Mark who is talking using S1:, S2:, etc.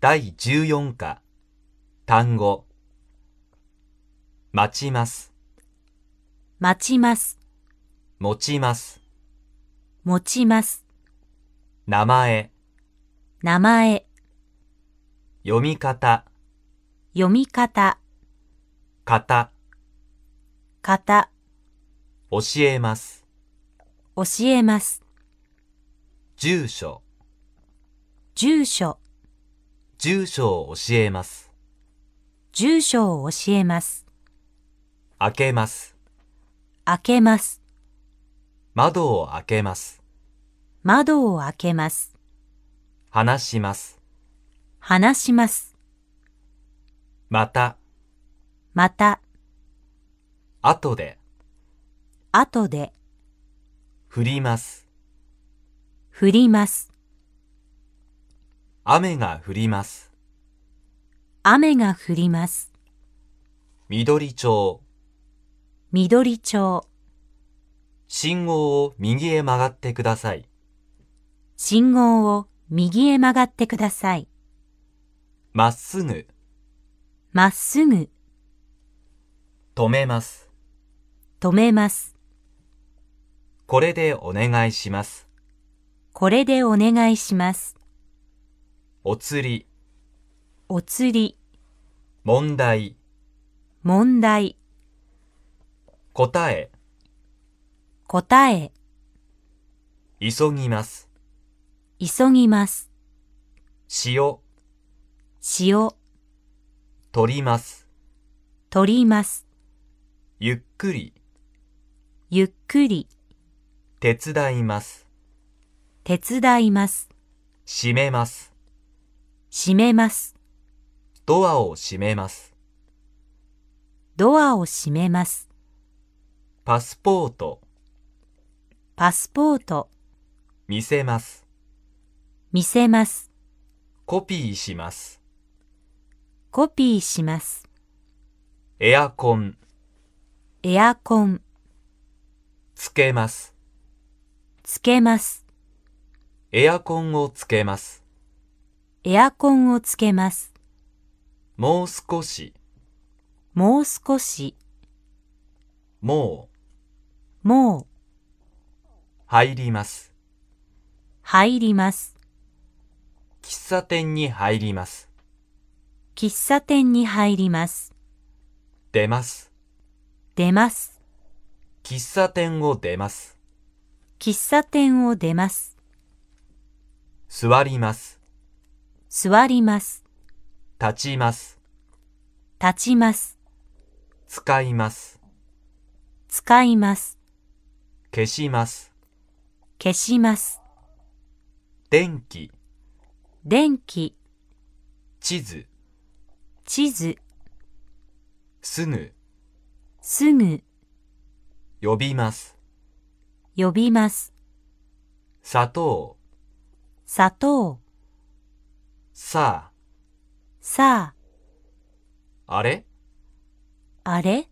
S1: 第14課単語待ちます
S2: 待ちます、
S1: 持ちます
S2: 持ちます、
S1: 名前
S2: 名前、
S1: 読み方
S2: 読み方、
S1: 型
S2: 型、
S1: 教えます
S2: 教えます、
S1: 住所
S2: 住所、
S1: 住所を教えます
S2: 住所を教えます、
S1: 開けます
S2: 開けます、
S1: 窓を開けます
S2: 窓を開けます、
S1: 話します
S2: 話します、
S1: また
S2: また、
S1: 後で
S2: 後で、
S1: 降ります
S2: 降ります、
S1: 雨が降ります
S2: 雨が降ります、
S1: 緑町
S2: 緑町、
S1: 信号を右へ曲がってください
S2: 信号を右へ曲がってください。
S1: まっすぐ
S2: まっすぐ、
S1: 止めます
S2: 止めます。
S1: これでお願いします
S2: これでお願いします。
S1: お釣り
S2: お釣り、
S1: 問題、
S2: 問題、
S1: 答え、
S2: 答え、
S1: 急ぎます、
S2: 急ぎます。
S1: 塩、
S2: 塩、
S1: 取ります、
S2: 取ります。
S1: ゆっくり、
S2: ゆっくり、
S1: 手伝います、
S2: 手伝います。
S1: 閉めます、
S2: 閉めます。
S1: ドアを閉めます、
S2: ドアを閉めます。
S1: パスポート、
S2: パスポート、
S1: 見せます、
S2: 見せます。
S1: コピーします、
S2: コピーします。
S1: エアコン、
S2: エアコン、
S1: つけます、
S2: つけます。
S1: エアコンをつけます、
S2: エアコンをつけます。
S1: もう少し、
S2: もう少し、
S1: も
S2: もう、
S1: う、入ります、
S2: 入ります。
S1: 喫茶店に入ります、
S2: 喫茶店に入ります。
S1: 出ます、
S2: 出ます。
S1: 喫茶店を出ます、
S2: 喫茶店を出ます。
S1: 座ります、
S2: 座ります。
S1: 立ちます、
S2: 立ちます。
S1: 使います、
S2: 使います。
S1: 消します、
S2: 消します。
S1: 電気、
S2: 電気、
S1: 地図、
S2: 地図、
S1: すぐ、
S2: すぐ、
S1: 呼びます、
S2: 呼びます。
S1: 砂糖、
S2: 砂糖、
S1: さ
S2: さ
S1: あ、あれ
S2: あ、あれ